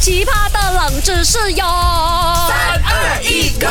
奇葩的冷知识哟！三二一，Go！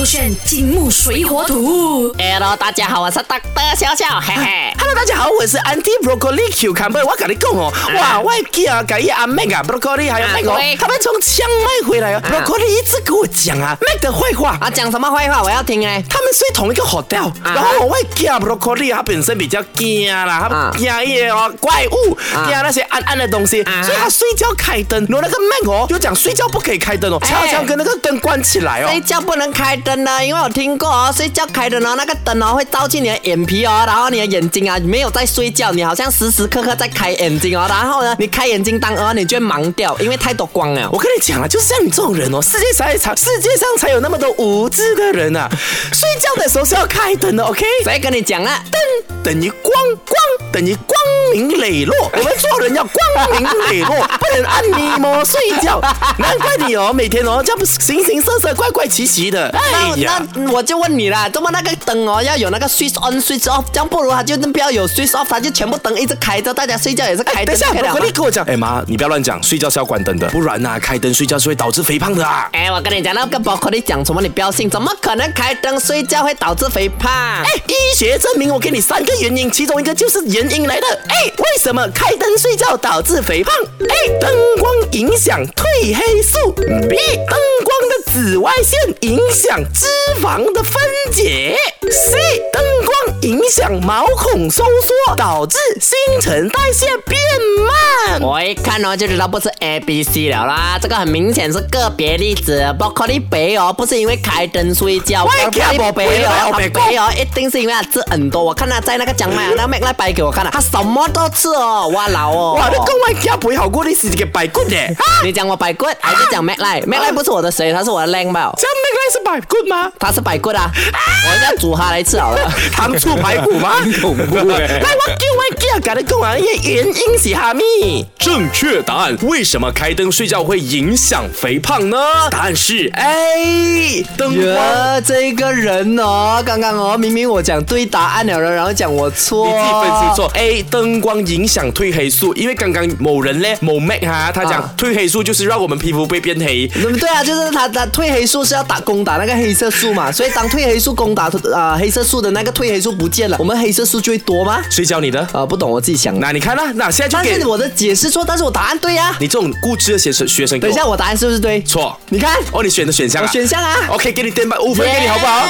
勾选金木水火土。哎 Hello，大家好，我是 Dr. 笑笑，嘿嘿。 Hello，大家好，我是 Anti Broccoli Cucumber。我跟你讲哦，哇，外地啊，跟一阿 Mac 啊，Broccoli 还有 Mac 啊哦对，他们从枪卖回来哦，Broccoli 一直跟我讲啊，Mac 的坏话。 啊，讲什么坏话？我要听哎。他们睡同一个 hotel，、啊然后我外惊 broccoli，他本身比较惊啦，他啊惊一些哦怪物，啊惊、那些暗暗的东西，啊所以他睡觉开灯。然后那个 man 哦，就讲睡觉不可以开灯哦，悄哎悄跟那个灯关起来哦。睡觉不能开灯的，因为我听过哦，睡觉开灯哦，那个灯哦会照进你的眼皮哦，然后你的眼睛啊没有在睡觉，你好像时时刻刻在开眼睛哦，然后呢，你开眼睛当儿你就会盲掉，因为太多光了。我跟你讲啊，就是像你这种人哦，世界上才世界上才有那么多无知的人啊！睡觉的时候是要开灯的，OK？谁跟你讲啊？灯等于光，光等于光明磊落。我们做人要光明磊落， 不能按你摸睡觉。难怪你哦，每天哦这样形形色色、怪怪奇奇的。哎那呀，那我就问你啦，怎么那个灯哦要有那个 switch on switch off，这样不如他就不要有 switch off，他就全部灯一直开着，大家睡觉也是开哎等灯一下，就可以了我嘛跟你跟我讲，哎妈，你不要乱讲，睡觉是要关灯的，不然呐、啊开灯睡觉是会导致肥胖的啊。哎，我跟你讲，那个 broccoli 讲什么你不要信，怎么可能开灯睡觉会导致肥胖？哎哎，医学证明，我给你三个原因，其中一个就是原因来的。哎，为什么开灯睡觉导致肥胖？哎，灯光影响褪黑素。B，灯光的紫外线影响脂肪的分解。C，灯光影响毛孔收缩，导致新陈代谢变慢。我一看哦就知道不是 A B C 了啦，这个很明显是个别例子。broccoli 肥哦，不是因为开灯睡觉喂，broccoli 我肥肥哦我，他肥肥哦，一定是因为他吃很多。我看他在那个讲麦，那 Mac 那摆给我看了，他什么都吃哦，哇老哦。哇，你讲我家肥好过你是一个白骨呢？啊，你讲我摆棍还是讲 Mac 赖？Mac 赖不是我的谁，他是我的靓宝，这样那个是白骨吗？他是摆棍啊，我要煮他来吃好了。糖醋排骨吗？恐怖哎、 欸！我叫我叫，跟你讲啊，因为原因是哈咪？正确答案，为什么开灯睡觉会影响肥胖呢？答案是哎，灯耶光。这个人哦，刚刚哦，明明我讲对答案了，然后讲我错，你自己分析。错。A 灯光影响褪黑素，因为刚刚某人呢，某 Mac 哈、他讲啊褪黑素就是让我们皮肤被变黑。对不对啊？就是他他褪黑素是要打攻打那个黑色素嘛，所以当褪黑素攻打啊、黑色素的那个褪黑素不见了，我们黑色素就会多吗？谁教你的？啊、不懂我自己想的。那你看啦、那现在但就给是我的解释错，但是我答案对呀、啊。你这种固执的学生学生。等一下，我答案是不是对？错你看，哦，你选的选项、啊，我选项啊 OK，给你点满五分给你好不好？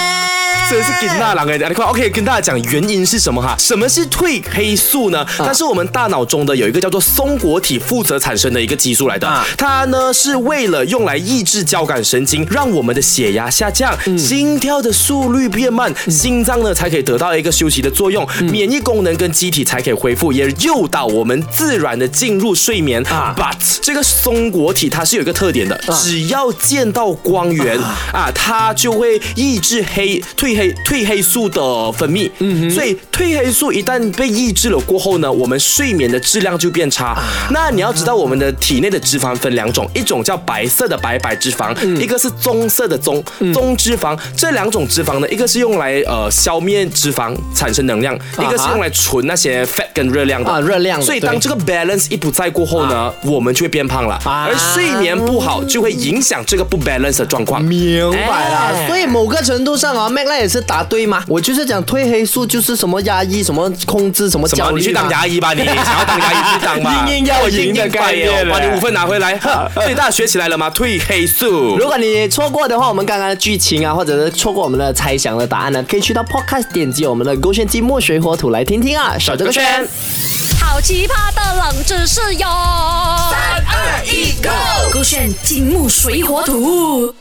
真是给大狼哎！你看，OK，跟大家讲原因是什么哈？什么是褪黑素啊呢？它是我们大脑中的有一个叫做松果体负责产生的一个激素来的。啊它呢是为了用来抑制交感神经，让我们的血压下降，嗯心跳的速率变慢，心脏呢才可以得到一个休息的作用，嗯免疫功能跟机体才可以恢复，也诱导我们自然的进入睡眠。啊 But 这个松果体它是有一个特点的，只要见到光源啊，它就会抑制黑褪黑褪黑素的分泌。嗯，所以褪黑素一旦被抑制了过后呢，我们睡眠的质量就变啊差。那你要知道，我们的体内的脂肪分两种，一种叫白色的白白脂肪，嗯一个是棕色的棕棕脂肪。这两种脂肪呢，一个是用来呃消灭脂肪产生能量，一个是啊哈用来存那些 fat 跟热量的啊热量的所以对当这个 balance 一不在过后呢，我们就会变胖了，啊而睡眠不好就会影响这个不 balance 的状况。明白了。哎所以某个程度上啊，Mac 那也是答对吗？我就是讲褪黑素就是什么压抑、什么控制、什么什焦么？虑、啊。你去当牙医吧， 你想要当牙医去当吧，硬硬要赢的概念我硬硬掰耶哦我把嘞你五分拿回来。呵所以大家学起来了吗？褪黑素如。果你错过的话，我们刚刚的剧情啊，或者是错过我们的猜想的答案呢，可以去到 Podcast 点击我们的勾选机墨水火土来听听啊，守这个圈。好奇葩的冷知识哟！三二一，Go！勾选金木水火土。